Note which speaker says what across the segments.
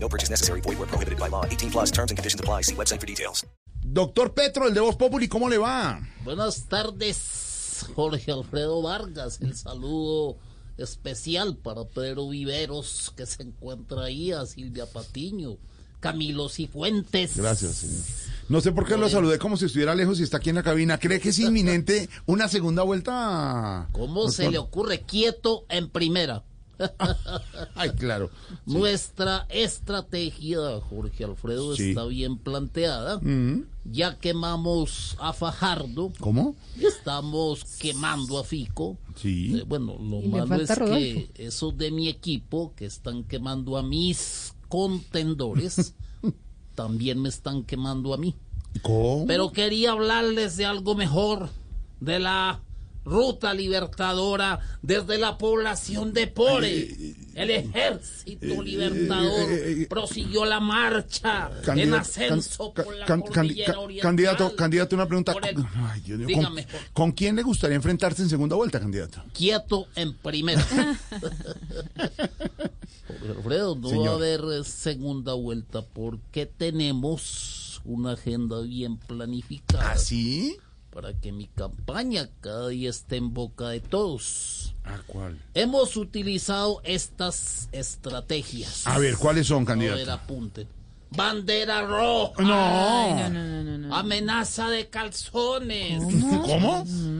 Speaker 1: No purchase necessary. Void where prohibited by law. 18 plus terms and conditions apply. See website for details.
Speaker 2: Doctor Petro, el de Voz Populi, ¿cómo le va?
Speaker 3: Buenas tardes, Jorge Alfredo Vargas. El saludo especial para Pedro Viveros, que se encuentra ahí, a Silvia Patiño, Camilo Cifuentes.
Speaker 2: Gracias, señor. No sé por qué lo saludé como si estuviera lejos y está aquí en la cabina. ¿Cree que es inminente una segunda vuelta?
Speaker 3: ¿Cómo se le ocurre quieto en primera?
Speaker 2: Ay, claro.
Speaker 3: Nuestra estrategia, Jorge Alfredo,
Speaker 2: Sí. Mm.
Speaker 3: está bien planteada. Ya quemamos a Fajardo,
Speaker 2: ¿Cómo?
Speaker 3: estamos quemando a Fico.
Speaker 2: Sí.
Speaker 3: Eh, bueno, lo
Speaker 4: Y le
Speaker 3: malo es
Speaker 4: falta
Speaker 3: que
Speaker 4: Rodolfo.
Speaker 3: esos de mi equipo que están quemando a mis contendores también me están quemando a mí.
Speaker 4: Oh.
Speaker 2: ¿Cómo?
Speaker 3: Pero quería hablarles de algo mejor, de la ruta libertadora desde la población de Pore. El ejército
Speaker 2: eh, eh,
Speaker 3: libertador prosiguió la marcha en
Speaker 2: Candidato-
Speaker 3: ascenso
Speaker 2: can-
Speaker 3: por la
Speaker 2: can- can-
Speaker 3: cordillera
Speaker 2: can-
Speaker 3: oriental.
Speaker 2: candidato, candidato, una pregunta.
Speaker 3: Por el-
Speaker 2: Ay, Dios mío, ¿con,
Speaker 3: Dígame, Jorge.
Speaker 2: con quién le gustaría enfrentarse en segunda vuelta, candidato?
Speaker 3: quieto en primera. Jorge Alfredo, no
Speaker 2: Señor.
Speaker 3: va a haber eh, segunda vuelta porque tenemos una agenda bien planificada
Speaker 2: ¿Ah, sí?
Speaker 3: para que mi campaña cada día esté en boca de todos.
Speaker 2: ¿A cuál?
Speaker 3: Hemos utilizado estas estrategias.
Speaker 2: A ver, ¿cuáles son,
Speaker 3: A ver,
Speaker 2: candidato?
Speaker 3: apunten. Bandera roja.
Speaker 2: No.
Speaker 3: Amenaza de calzones.
Speaker 2: ¿Cómo?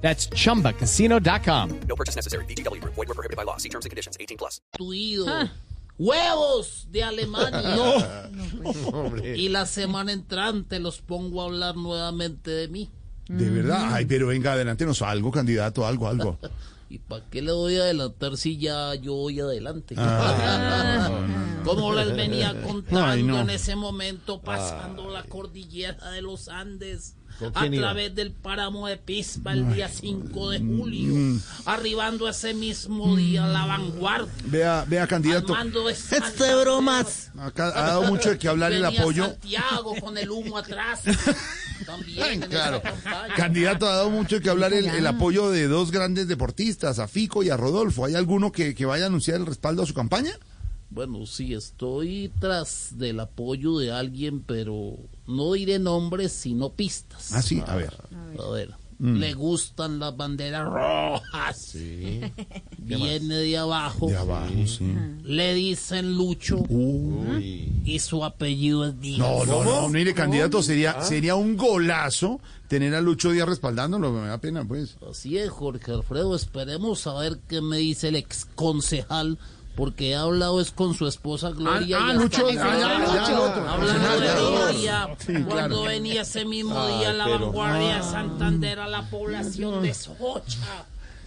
Speaker 5: That's chumbacasino.com.
Speaker 1: No purchase necessary. BGW. Void were prohibited by law. See terms and conditions. 18 plus.
Speaker 3: Huevos de Alemania. Y la semana entrante los pongo a hablar nuevamente de mí.
Speaker 2: De
Speaker 3: Mm.
Speaker 2: verdad. Ay, pero venga, adelante nos algo, candidato, algo, algo.
Speaker 3: ¿Y para qué le voy a adelantar si ya yo voy adelante?
Speaker 2: Ah.
Speaker 3: Como les venía contando
Speaker 2: Ay, no.
Speaker 3: en ese momento, pasando la cordillera de los Andes, a través del páramo de Pispa el día 5 de julio,
Speaker 2: Mm.
Speaker 3: arribando ese mismo día a la vanguardia,
Speaker 2: Vea, vea, candidato.
Speaker 3: armando
Speaker 6: Este bromas.
Speaker 2: Acá ha dado mucho de qué hablar el
Speaker 3: Venía
Speaker 2: apoyo.
Speaker 3: Santiago con el humo atrás.
Speaker 2: Bien,
Speaker 3: También. en
Speaker 2: claro.
Speaker 3: esa campaña.
Speaker 2: Candidato, ha dado mucho que hablar el, el apoyo de dos grandes deportistas, a Fico y a Rodolfo. ¿Hay alguno que, que vaya a anunciar el respaldo a su campaña?
Speaker 3: Bueno, sí, estoy tras del apoyo de alguien, pero no diré nombres, sino pistas.
Speaker 2: Ah, sí, a ver. Mm.
Speaker 3: A ver, le gustan las banderas rojas. Viene de abajo.
Speaker 2: De abajo, sí.
Speaker 3: Le dicen Lucho y su apellido es Díaz.
Speaker 2: No, no, no. Mire, candidato, sería, sería un golazo tener a Lucho Díaz respaldándolo. Me da pena, pues.
Speaker 3: Así es, Jorge Alfredo. Esperemos a ver qué me dice el ex concejal, porque he hablado es con su esposa Gloria.
Speaker 2: Ah,
Speaker 3: y
Speaker 2: ah,
Speaker 3: hasta
Speaker 2: Lucho,
Speaker 3: que-
Speaker 2: ah, ya, ya, el otro.
Speaker 3: Hablando de
Speaker 2: Ah,
Speaker 3: Gloria, cuando
Speaker 2: claro.
Speaker 3: venía ese mismo día la vanguardia de Santander a la población de Socha.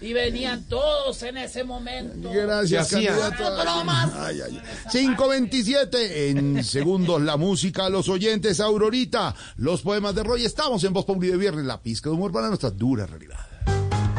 Speaker 3: Y venían todos en ese momento.
Speaker 2: Gracias, candidato. Ay, ay, ay. 527 en segundos la música, los oyentes, Aurorita, los poemas de Roy. Estamos en Voz Populi de Viernes, la pizca de humor para nuestra dura realidad.